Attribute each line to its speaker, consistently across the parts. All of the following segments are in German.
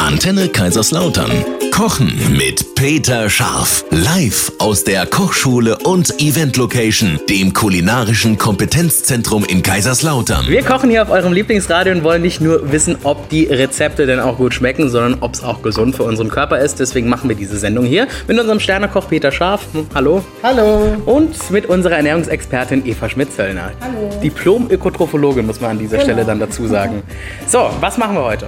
Speaker 1: Antenne Kaiserslautern. Kochen mit Peter Scharf. Live aus der Kochschule und Event Location, dem kulinarischen Kompetenzzentrum in Kaiserslautern.
Speaker 2: Wir kochen hier auf eurem Lieblingsradio und wollen nicht nur wissen, ob die Rezepte denn auch gut schmecken, sondern ob es auch gesund für unseren Körper ist. Deswegen machen wir diese Sendung hier mit unserem Sternekoch Peter Scharf. Hallo.
Speaker 3: Hallo.
Speaker 2: Und mit unserer Ernährungsexpertin Eva Schmidt-Zöllner. Hallo. Diplom-Ökotrophologin, muss man an dieser Stelle dann dazu sagen. So, was machen wir heute?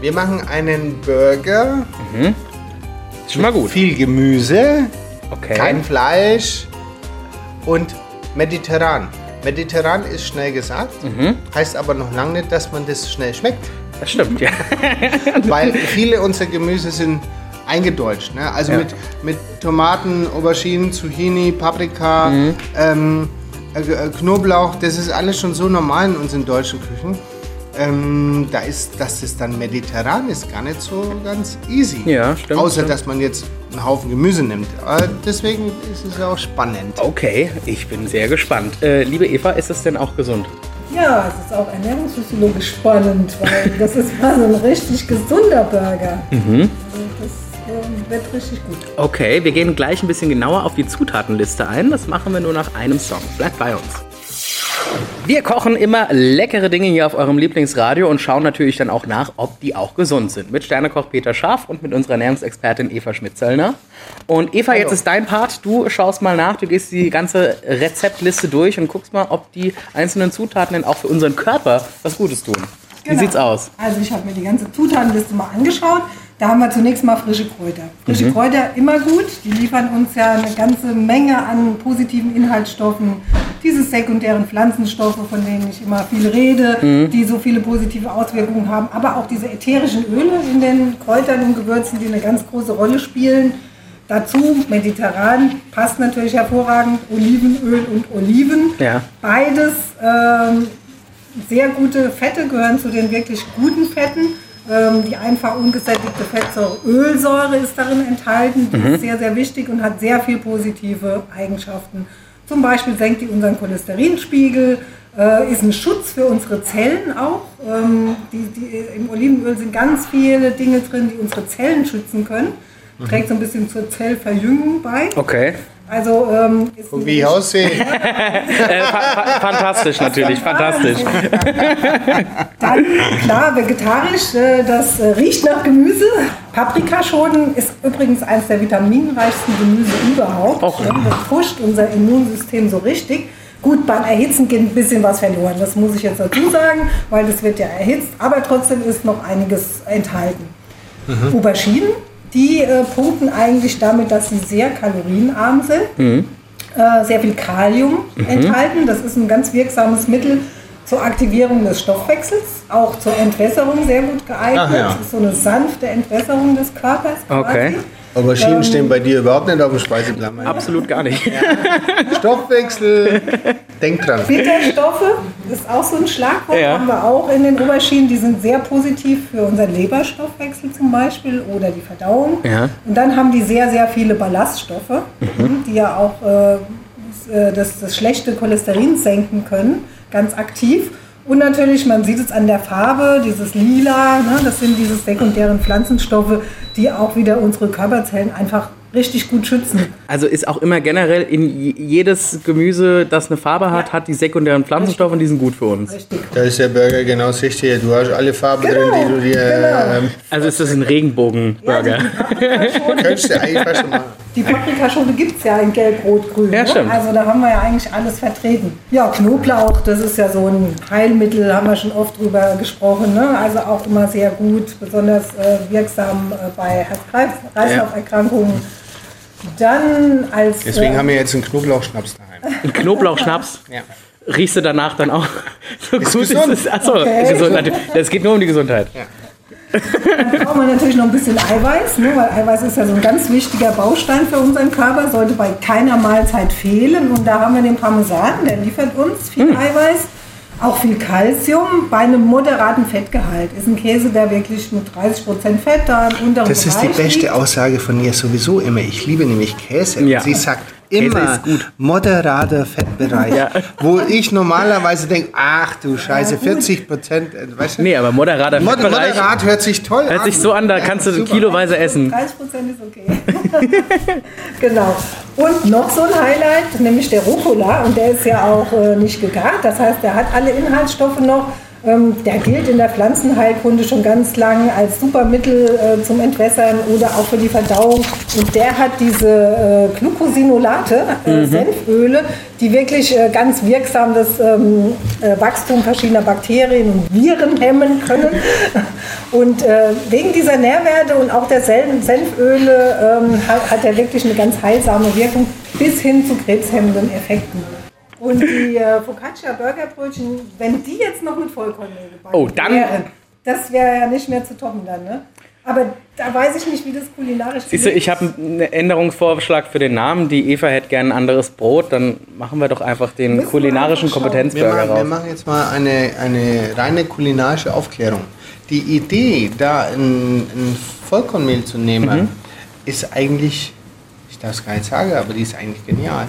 Speaker 3: Wir machen einen Burger.
Speaker 2: Ist Mhm. schon mal gut. Äh?
Speaker 3: Viel Gemüse,
Speaker 2: Okay.
Speaker 3: kein Fleisch und mediterran. Mediterran ist schnell gesagt,
Speaker 2: Mhm.
Speaker 3: heißt aber noch lange nicht, dass man das schnell schmeckt,
Speaker 2: Das stimmt, ja.
Speaker 3: weil viele unserer Gemüse sind eingedeutscht. Ne? Also
Speaker 2: Ja.
Speaker 3: mit, mit Tomaten, Auberginen, Zucchini, Paprika,
Speaker 2: Mhm.
Speaker 3: ähm, äh, äh, Knoblauch, das ist alles schon so normal in unseren deutschen Küchen. Ähm, da ist, dass es dann mediterran ist, gar nicht so ganz easy.
Speaker 2: Ja, stimmt,
Speaker 3: Außer,
Speaker 2: stimmt.
Speaker 3: dass man jetzt einen Haufen Gemüse nimmt. Aber deswegen ist es ja auch spannend.
Speaker 2: Okay, ich bin sehr gespannt. Äh, liebe Eva, ist das denn auch gesund?
Speaker 4: Ja, es ist auch ernährungsphysiologisch spannend, weil das ist mal so ein richtig gesunder Burger. Also Das ähm, wird richtig gut.
Speaker 2: Okay, wir gehen gleich ein bisschen genauer auf die Zutatenliste ein. Das machen wir nur nach einem Song. Bleibt bei uns. Wir kochen immer leckere Dinge hier auf eurem Lieblingsradio und schauen natürlich dann auch nach, ob die auch gesund sind. Mit Sternekoch Peter Scharf und mit unserer Ernährungsexpertin Eva Schmitzellner. Und Eva, jetzt ist dein Part. Du schaust mal nach, du gehst die ganze Rezeptliste durch und guckst mal, ob die einzelnen Zutaten denn auch für unseren Körper was Gutes tun. Wie
Speaker 4: Genau.
Speaker 2: sieht's aus?
Speaker 4: Also ich habe mir die ganze Zutatenliste mal angeschaut. Da haben wir zunächst mal frische Kräuter. Frische
Speaker 2: Mhm.
Speaker 4: Kräuter immer gut. Die liefern uns ja eine ganze Menge an positiven Inhaltsstoffen. Diese sekundären Pflanzenstoffe, von denen ich immer viel rede,
Speaker 2: Mhm.
Speaker 4: die so viele positive Auswirkungen haben. Aber auch diese ätherischen Öle in den Kräutern und Gewürzen, die eine ganz große Rolle spielen. Dazu mediterran passt natürlich hervorragend Olivenöl und Oliven.
Speaker 2: Ja.
Speaker 4: Beides ähm, sehr gute Fette gehören zu den wirklich guten Fetten. Ähm, die einfach ungesättigte Fettsäure Ölsäure ist darin enthalten. Die ist sehr, sehr wichtig und hat sehr viel positive Eigenschaften. Zum Beispiel senkt die unseren Cholesterinspiegel, äh, ist ein Schutz für unsere Zellen auch. Ähm, die, die, Im Olivenöl sind ganz viele Dinge drin, die unsere Zellen schützen können. Trägt so ein bisschen zur Zellverjüngung bei.
Speaker 2: Okay.
Speaker 4: Also ähm, ist ein
Speaker 3: Wie ich aussehe.
Speaker 2: Äh, fantastisch natürlich, fantastisch.
Speaker 4: Dann, klar, vegetarisch, äh, das äh, riecht nach Gemüse. Paprikaschoten ist übrigens eines der vitaminreichsten Gemüse überhaupt.
Speaker 2: Och.
Speaker 4: Ne? Das pusht unser Immunsystem so richtig. Gut, beim Erhitzen geht ein bisschen was verloren, das muss ich jetzt dazu sagen, weil das wird ja erhitzt, aber trotzdem ist noch einiges enthalten. Mhm. Auberginen, die äh, punkten eigentlich damit, dass sie sehr kalorienarm sind
Speaker 3: Mhm.
Speaker 4: äh, sehr viel Kalium enthalten. Das ist ein ganz wirksames Mittel zur Aktivierung des Stoffwechsels, auch zur Entwässerung sehr gut geeignet.
Speaker 3: Ach ja.
Speaker 4: Das ist so eine sanfte Entwässerung des Körpers.
Speaker 2: Okay.
Speaker 3: Auberginen stehen bei dir überhaupt nicht auf dem Speiseplan. mein
Speaker 2: Absolut gar nicht.
Speaker 3: Stoffwechsel. Denk dran.
Speaker 4: Bitterstoffe ist auch so ein Schlagwort,
Speaker 2: Ja.
Speaker 4: haben wir auch in den Oberschienen. Die sind sehr positiv für unseren Leberstoffwechsel zum Beispiel oder die Verdauung.
Speaker 2: Ja. Mhm.
Speaker 4: Und dann haben die sehr, sehr viele Ballaststoffe, die ja auch äh, das, das schlechte Cholesterin senken können, ganz aktiv. Und natürlich, man sieht es an der Farbe, dieses Lila, ne, das sind diese sekundären Pflanzenstoffe, die auch wieder unsere Körperzellen einfach richtig gut schützen.
Speaker 2: Also ist auch immer generell in je- jedes Gemüse, das eine Farbe hat, hat die sekundären Pflanzenstoffe und die sind gut für uns.
Speaker 4: Richtig.
Speaker 3: Da ist der Burger genau das Richtige. Du hast alle Farben
Speaker 4: Genau,
Speaker 3: drin, die du dir
Speaker 4: genau.
Speaker 3: ähm,
Speaker 2: Also ist das ein Regenbogenburger.
Speaker 3: könntest. du eigentlich fast schon mal.
Speaker 4: Die Paprikaschote gibt es ja in Gelb, Rot, Grün.
Speaker 2: Ja,
Speaker 4: ne?
Speaker 2: stimmt.
Speaker 4: Also da haben wir ja eigentlich alles vertreten. Ja, Knoblauch, das ist ja so ein Heilmittel, haben wir schon oft drüber gesprochen. Ne? Also auch immer sehr gut, besonders äh, wirksam äh, bei Herz-Kreislauf-Erkrankungen. Dann als...
Speaker 3: Deswegen
Speaker 4: äh,
Speaker 3: haben wir jetzt einen Knoblauchschnaps daheim.
Speaker 2: Ein Knoblauchschnaps.
Speaker 3: Ja.
Speaker 2: Riechst du danach dann auch? So
Speaker 3: Ist
Speaker 2: gut
Speaker 3: gesund.
Speaker 2: ist es. Achso,
Speaker 4: Okay.
Speaker 2: gesund, natürlich. Das geht nur um die Gesundheit.
Speaker 4: braucht man natürlich noch ein bisschen Eiweiß, ne? weil Eiweiß ist ja so ein ganz wichtiger Baustein für unseren Körper, sollte bei keiner Mahlzeit fehlen. Und da haben wir den Parmesan, der liefert uns viel
Speaker 3: Mm.
Speaker 4: Eiweiß, auch viel Kalzium bei einem moderaten Fettgehalt. Ist ein Käse, der wirklich mit 30% Fett da im unteren
Speaker 3: Das ist die
Speaker 4: Bereich liegt.
Speaker 3: beste Aussage von ihr sowieso immer. Ich liebe nämlich Käse.
Speaker 2: Ja.
Speaker 3: Sie sagt immer
Speaker 2: ist gut.
Speaker 3: moderater Fettbereich, wo ich normalerweise denke, ach du Scheiße, 40 Prozent. äh, Weißt du?
Speaker 2: Nee, aber moderater
Speaker 3: Mod-
Speaker 2: Fettbereich
Speaker 3: Moderat hört sich toll an.
Speaker 2: hört sich so an, da kannst du
Speaker 3: super.
Speaker 2: kiloweise essen.
Speaker 4: 30 Prozent ist okay. genau. Und noch so ein Highlight, nämlich der Rucola. Und der ist ja auch äh, nicht gegart. Das heißt, der hat alle Inhaltsstoffe noch. Ähm, der gilt in der Pflanzenheilkunde schon ganz lang als Supermittel äh, zum Entwässern oder auch für die Verdauung. Und der hat diese äh, Glucosinolate,
Speaker 2: Mhm.
Speaker 4: äh, Senföle, die wirklich äh, ganz wirksam das ähm, äh, Wachstum verschiedener Bakterien und Viren hemmen können. Und äh, wegen dieser Nährwerte und auch der Sen- Senföle ähm, hat, hat er wirklich eine ganz heilsame Wirkung bis hin zu krebshemmenden Effekten. Und die äh, Focaccia Burgerbrötchen, wenn die jetzt noch mit Vollkornmehl gebacken
Speaker 2: Oh, dann-
Speaker 4: wären, das wäre ja nicht mehr zu toppen dann, ne? Aber da weiß ich nicht, wie das kulinarisch
Speaker 2: Siehst du, ich habe einen Änderungsvorschlag für den Namen. Die Eva hätte gern ein anderes Brot. Dann machen wir doch einfach den
Speaker 4: Müssen wir
Speaker 2: kulinarischen
Speaker 4: einfach schauen.
Speaker 3: Wir
Speaker 2: Kompetenzburger
Speaker 3: machen, wir
Speaker 2: raus.
Speaker 3: machen jetzt mal eine, eine reine kulinarische Aufklärung. Die Idee, da ein, ein Vollkornmehl zu nehmen, ist eigentlich, ich darf es gar nicht sagen, aber die ist eigentlich genial.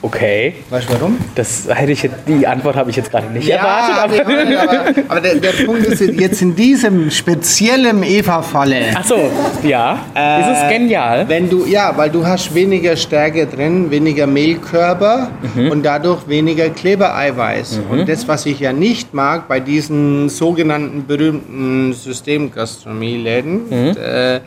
Speaker 2: Okay,
Speaker 3: Weißt du warum?
Speaker 2: das hätte ich jetzt, die Antwort habe ich jetzt gerade nicht erwartet. Aber
Speaker 3: aber, aber, aber der, der Punkt ist jetzt in diesem speziellen Eva-Falle.
Speaker 2: Ach so, ja,
Speaker 3: Äh,
Speaker 2: ist es genial.
Speaker 3: Wenn du, ja, weil du hast weniger Stärke drin, weniger Mehlkörper und dadurch weniger Klebereiweiß. Und das, was ich ja nicht mag bei diesen sogenannten berühmten Systemgastronomieläden, äh,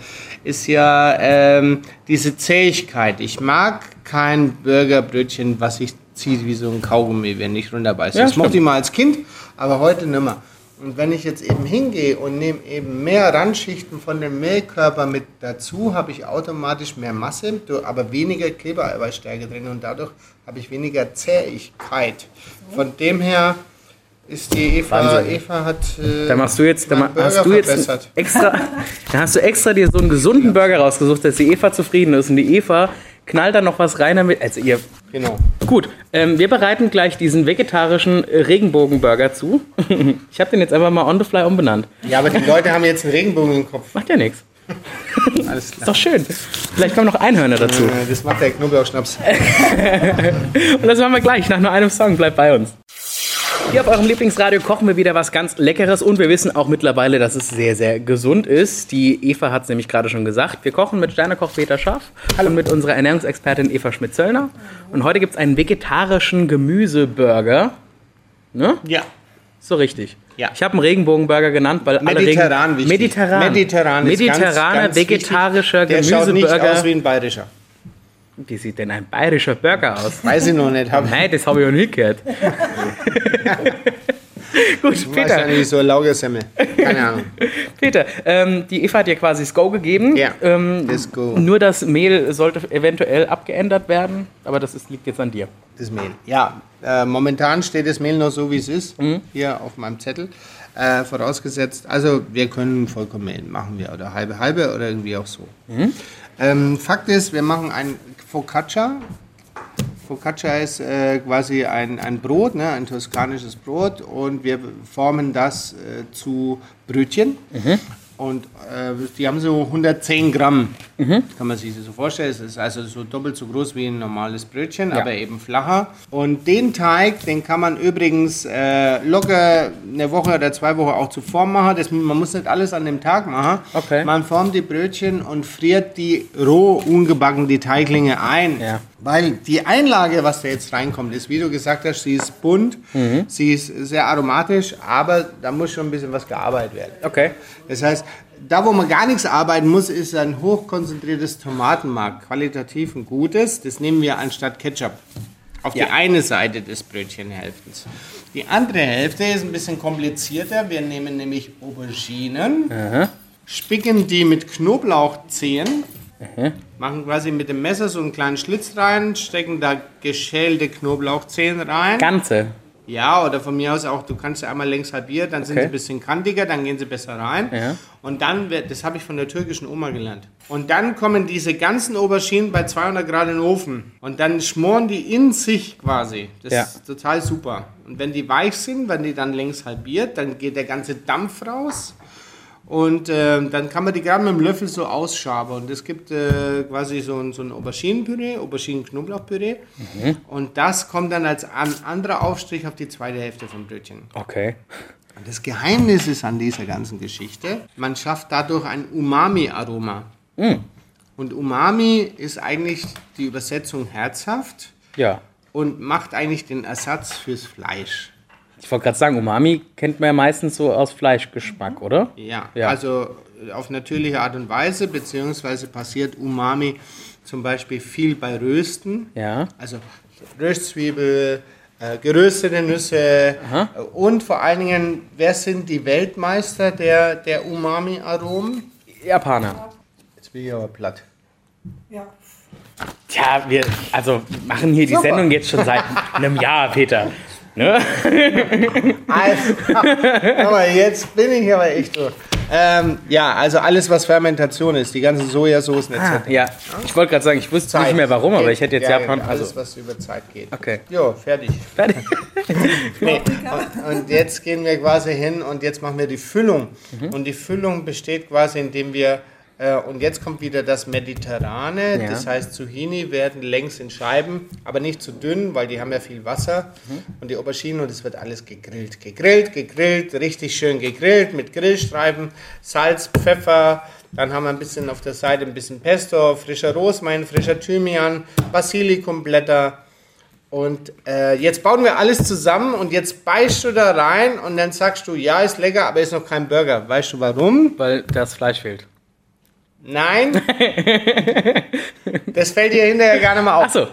Speaker 3: ist ja ähm, diese Zähigkeit. Ich mag kein Burgerbrötchen, was ich zieht wie so ein Kaugummi, wenn ich runterbeiße.
Speaker 2: Ja,
Speaker 3: das mochte
Speaker 2: stimmt.
Speaker 3: ich mal als Kind, aber heute nimmer. Und wenn ich jetzt eben hingehe und nehme eben mehr Randschichten von dem Mehlkörper mit dazu, habe ich automatisch mehr Masse, du- aber weniger Klebereiweißstärke drin und dadurch habe ich weniger Zähigkeit. Von dem her ist die Eva,
Speaker 2: Wahnsinn.
Speaker 3: Eva hat äh,
Speaker 2: Da machst du jetzt, da
Speaker 3: meinen
Speaker 2: ma- hast
Speaker 3: Burger
Speaker 2: du jetzt
Speaker 3: verbessert.
Speaker 2: extra, da hast du extra dir so einen gesunden Burger rausgesucht, dass die Eva zufrieden ist und die Eva knallt da noch was rein damit. Also ihr,
Speaker 3: Genau.
Speaker 2: gut, ähm, wir bereiten gleich diesen vegetarischen äh, Regenbogenburger zu. ich habe den jetzt einfach mal on the fly umbenannt.
Speaker 3: Ja, aber die Leute haben jetzt einen Regenbogen im Kopf.
Speaker 2: Macht ja nichts.
Speaker 3: Alles
Speaker 2: Ist
Speaker 3: klar.
Speaker 2: doch schön. Vielleicht kommen noch Einhörner dazu.
Speaker 3: Äh, Das macht der Knoblauchschnaps.
Speaker 2: Und das machen wir gleich nach nur einem Song. Bleibt bei uns. Hier auf eurem Lieblingsradio kochen wir wieder was ganz Leckeres und wir wissen auch mittlerweile, dass es sehr, sehr gesund ist. Die Eva hat es nämlich gerade schon gesagt. Wir kochen mit Sternekoch Peter Schaff und mit unserer Ernährungsexpertin Eva Schmidt-Zöllner. Und heute gibt es einen vegetarischen Gemüseburger. Ne?
Speaker 3: Ja.
Speaker 2: So richtig.
Speaker 3: Ja.
Speaker 2: Ich habe einen Regenbogenburger genannt, weil alle
Speaker 3: Mediterran
Speaker 2: Regen
Speaker 3: wichtig.
Speaker 2: Mediterran.
Speaker 3: Mediterran ist ganz,
Speaker 2: Mediterraner
Speaker 3: ganz
Speaker 2: vegetarischer
Speaker 3: wichtig. Der schaut nicht
Speaker 2: Gemüseburger.
Speaker 3: aus wie ein bayerischer.
Speaker 2: wie sieht denn ein bayerischer Burger aus?
Speaker 3: Weiß ich noch nicht. Hab
Speaker 2: Nein, das habe ich noch nie gehört. Gut, Peter,
Speaker 3: Wahrscheinlich so Laugersemmel. Keine Ahnung.
Speaker 2: Peter ähm, die Eva hat dir quasi das Go gegeben.
Speaker 3: Ja,
Speaker 2: Ähm,
Speaker 3: das Go.
Speaker 2: Nur das Mehl sollte eventuell abgeändert werden, aber das ist, liegt jetzt an dir.
Speaker 3: Das Mehl. Ja, äh, momentan steht das Mehl noch so, wie es ist. Hier auf meinem Zettel. Äh, vorausgesetzt, also wir können Vollkornmehl machen wir oder halbe halbe oder irgendwie auch so. Ähm, Fakt ist, wir machen ein Focaccia. Focaccia ist äh, quasi ein, ein Brot, ne, ein toskanisches Brot und wir formen das äh, zu Brötchen. Und äh, die haben so 110 Gramm, kann man sich das so vorstellen. Es ist also so doppelt so groß wie ein normales Brötchen, aber eben flacher. Und den Teig, den kann man übrigens äh, locker eine Woche oder zwei Wochen auch zu Form machen. Das, man muss nicht alles an dem Tag machen.
Speaker 2: Okay.
Speaker 3: Man formt die Brötchen und friert die roh ungebacken, die Teiglinge ein.
Speaker 2: Ja.
Speaker 3: Weil die Einlage, was da jetzt reinkommt, ist, wie du gesagt hast, sie ist bunt, sie ist sehr aromatisch, aber da muss schon ein bisschen was gearbeitet werden.
Speaker 2: Okay.
Speaker 3: Das heißt, da wo man gar nichts arbeiten muss, ist ein hochkonzentriertes Tomatenmark, qualitativ ein gutes. Das nehmen wir anstatt Ketchup. Auf die eine Seite des Brötchenhälftens. Die andere Hälfte ist ein bisschen komplizierter. Wir nehmen nämlich Auberginen, spicken die mit Knoblauchzehen, machen quasi mit dem Messer so einen kleinen Schlitz rein, stecken da geschälte Knoblauchzehen rein.
Speaker 2: Ganze.
Speaker 3: Ja, oder von mir aus auch, du kannst sie einmal längs halbiert, dann sind
Speaker 2: Okay.
Speaker 3: sie ein bisschen kantiger, dann gehen sie besser rein.
Speaker 2: Ja.
Speaker 3: Und dann, wird, das habe ich von der türkischen Oma gelernt. Und dann kommen diese ganzen Auberginen bei 200 Grad in den Ofen. Und dann schmoren die in sich quasi. Das
Speaker 2: Ja.
Speaker 3: ist total super. Und wenn die weich sind, wenn die dann längs halbiert, dann geht der ganze Dampf raus. Und ähm, dann kann man die gerade mit dem Löffel so ausschabern. Und es gibt äh, quasi so ein, so ein Auberginenpüree, Auberginen-Knoblauchpüree. Und das kommt dann als an, anderer Aufstrich auf die zweite Hälfte vom Brötchen.
Speaker 2: Okay.
Speaker 3: Und das Geheimnis ist an dieser ganzen Geschichte, man schafft dadurch ein Umami-Aroma. Und Umami ist eigentlich die Übersetzung herzhaft
Speaker 2: Ja.
Speaker 3: und macht eigentlich den Ersatz fürs Fleisch.
Speaker 2: Ich wollte gerade sagen, Umami kennt man ja meistens so aus
Speaker 3: Mhm.
Speaker 2: Fleischgeschmack, oder?
Speaker 3: Ja,
Speaker 2: Ja.
Speaker 3: also äh, auf natürliche Art und Weise, beziehungsweise passiert Umami zum Beispiel viel bei Rösten.
Speaker 2: Ja.
Speaker 3: Also Röstzwiebel, äh, geröstete Nüsse äh, und vor allen Dingen, wer sind die Weltmeister der, der Umami-Aromen?
Speaker 2: Japaner.
Speaker 3: Jetzt bin ich aber platt.
Speaker 4: Ja.
Speaker 2: Tja, wir also machen hier die
Speaker 3: Super.
Speaker 2: Sendung jetzt schon seit einem Jahr, Peter. Ne?
Speaker 3: Also, aber jetzt bin ich aber echt so. Ähm, ja, also alles, was Fermentation ist, die ganzen Sojasoßen etc.
Speaker 2: Ja, ich wollte gerade sagen, ich wusste nicht mehr warum, aber ich hätte jetzt
Speaker 3: ja,
Speaker 2: Japan.
Speaker 3: ja, Alles,
Speaker 2: Also,
Speaker 3: was über Zeit geht.
Speaker 2: Okay.
Speaker 3: Jo, fertig.
Speaker 2: fertig.
Speaker 3: Nee. Und, und jetzt gehen wir quasi hin und jetzt machen wir die Füllung. Und die Füllung besteht quasi, indem wir, äh, und jetzt kommt wieder das Mediterrane,
Speaker 2: Ja.
Speaker 3: das heißt Zucchini werden längs in Scheiben, aber nicht zu dünn, weil die haben ja viel Wasser. Und die Auberginen und es wird alles gegrillt. Gegrillt, gegrillt, richtig schön gegrillt mit Grillstreifen, Salz, Pfeffer. Dann haben wir ein bisschen auf der Seite ein bisschen Pesto, frischer Rosmarin, frischer Thymian, Basilikumblätter. Und äh, jetzt bauen wir alles zusammen und jetzt beißt du da rein und dann sagst du, ja, ist lecker, aber ist noch kein Burger. Weißt du warum?
Speaker 2: Weil das Fleisch fehlt.
Speaker 3: Nein. das fällt dir hinterher gar nicht mehr auf.
Speaker 2: Achso,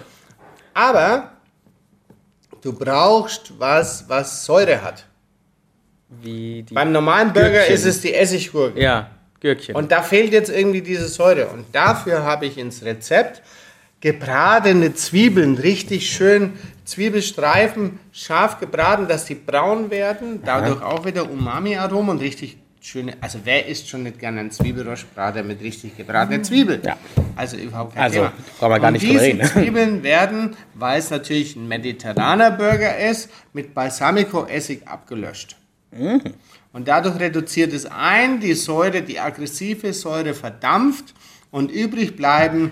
Speaker 3: Aber du brauchst was, was Säure hat.
Speaker 2: wie die.
Speaker 3: Beim normalen Burger
Speaker 2: Gürkchen.
Speaker 3: ist es die Essiggurke.
Speaker 2: ja, Gürkchen.
Speaker 3: Und da fehlt jetzt irgendwie diese Säure. Und dafür habe ich ins Rezept gebratene Zwiebeln, richtig schön Zwiebelstreifen, scharf gebraten, dass die braun werden. Dadurch auch wieder Umami-Aromen und richtig schöne. Also, wer isst schon nicht gerne einen Zwiebelrostbrater mit richtig gebratener Zwiebel?
Speaker 2: Ja.
Speaker 3: Also, überhaupt kein
Speaker 2: Also,
Speaker 3: Thema.
Speaker 2: brauchen wir gar nicht
Speaker 3: und
Speaker 2: drüber
Speaker 3: diese
Speaker 2: reden, ne?
Speaker 3: Zwiebeln werden, weil es natürlich ein mediterraner Burger ist, mit Balsamico-Essig abgelöscht.
Speaker 2: Mhm.
Speaker 3: Und dadurch reduziert es ein, die Säure, die aggressive Säure verdampft und übrig bleiben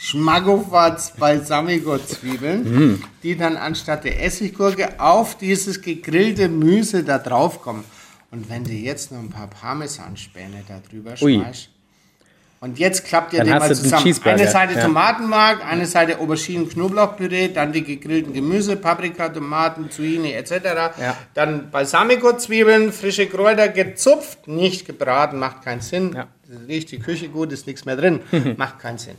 Speaker 3: Schmackofatz Balsamico Zwiebeln,
Speaker 2: Mhm.
Speaker 3: die dann anstatt der Essiggurke auf dieses gegrillte Gemüse da drauf kommen. Und wenn du jetzt noch ein paar Parmesanspäne da drüber
Speaker 2: Ui.
Speaker 3: schmeißt, und jetzt klappt ihr
Speaker 2: Dann
Speaker 3: den
Speaker 2: hast
Speaker 3: mal
Speaker 2: du den
Speaker 3: zusammen.
Speaker 2: Cheeseburger,
Speaker 3: Eine Seite
Speaker 2: ja.
Speaker 3: Tomatenmark, eine Seite Auberginen-Knoblauchpüree, dann die gegrillten Gemüse, Paprika, Tomaten, Zucchini etc.
Speaker 2: Ja.
Speaker 3: Dann Balsamico-Zwiebeln, frische Kräuter, gezupft, nicht gebraten, macht keinen Sinn.
Speaker 2: Ja.
Speaker 3: Riecht die Küche gut, ist nichts mehr drin, macht keinen Sinn.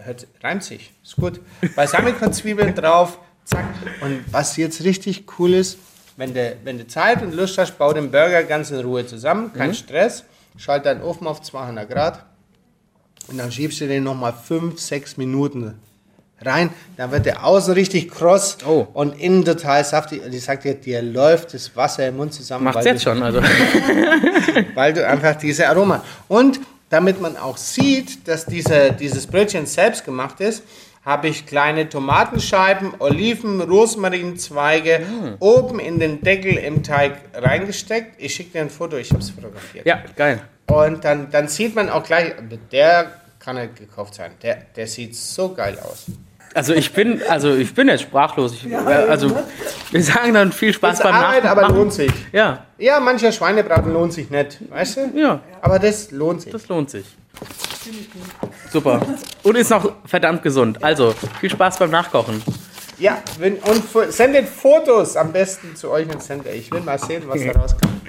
Speaker 3: Hört, reimt sich, ist gut. Balsamico-Zwiebeln drauf, zack. Und was jetzt richtig cool ist, wenn du, wenn du Zeit und Lust hast, bau den Burger ganz in Ruhe zusammen,
Speaker 2: Mhm.
Speaker 3: kein Stress. Schalt deinen Ofen auf 200 Grad und dann schiebst du den nochmal 5, 6 Minuten rein. Dann wird der außen richtig kross
Speaker 2: Oh.
Speaker 3: und innen total saftig. Und ich sag dir, dir läuft das Wasser im Mund zusammen.
Speaker 2: Macht's
Speaker 3: weil
Speaker 2: jetzt
Speaker 3: du,
Speaker 2: schon, also.
Speaker 3: Weil du einfach diese Aroma. Und damit man auch sieht, dass diese, dieses Brötchen selbst gemacht ist, habe ich kleine Tomatenscheiben, Oliven, Rosmarinzweige
Speaker 2: Hm.
Speaker 3: oben in den Deckel im Teig reingesteckt. Ich schicke dir ein Foto, ich habe es fotografiert.
Speaker 2: Ja, geil.
Speaker 3: Und dann, dann sieht man auch gleich, der kann nicht gekauft sein. Der, der sieht so geil aus.
Speaker 2: Also ich bin, also ich bin jetzt sprachlos. Ich, äh, also wir sagen dann viel Spaß
Speaker 3: Ist
Speaker 2: beim
Speaker 3: Arbeit,
Speaker 2: Nachmachen.
Speaker 3: aber lohnt sich.
Speaker 2: Ja,
Speaker 3: Ja, mancher Schweinebraten lohnt sich nicht, weißt du?
Speaker 2: Ja.
Speaker 3: Aber das lohnt sich.
Speaker 2: das lohnt sich. Super. Und ist noch verdammt gesund. Also, viel Spaß beim Nachkochen.
Speaker 3: Ja, wenn, und fo- sendet Fotos am besten zu euch ins Center. Ich will mal sehen, was da rauskommt.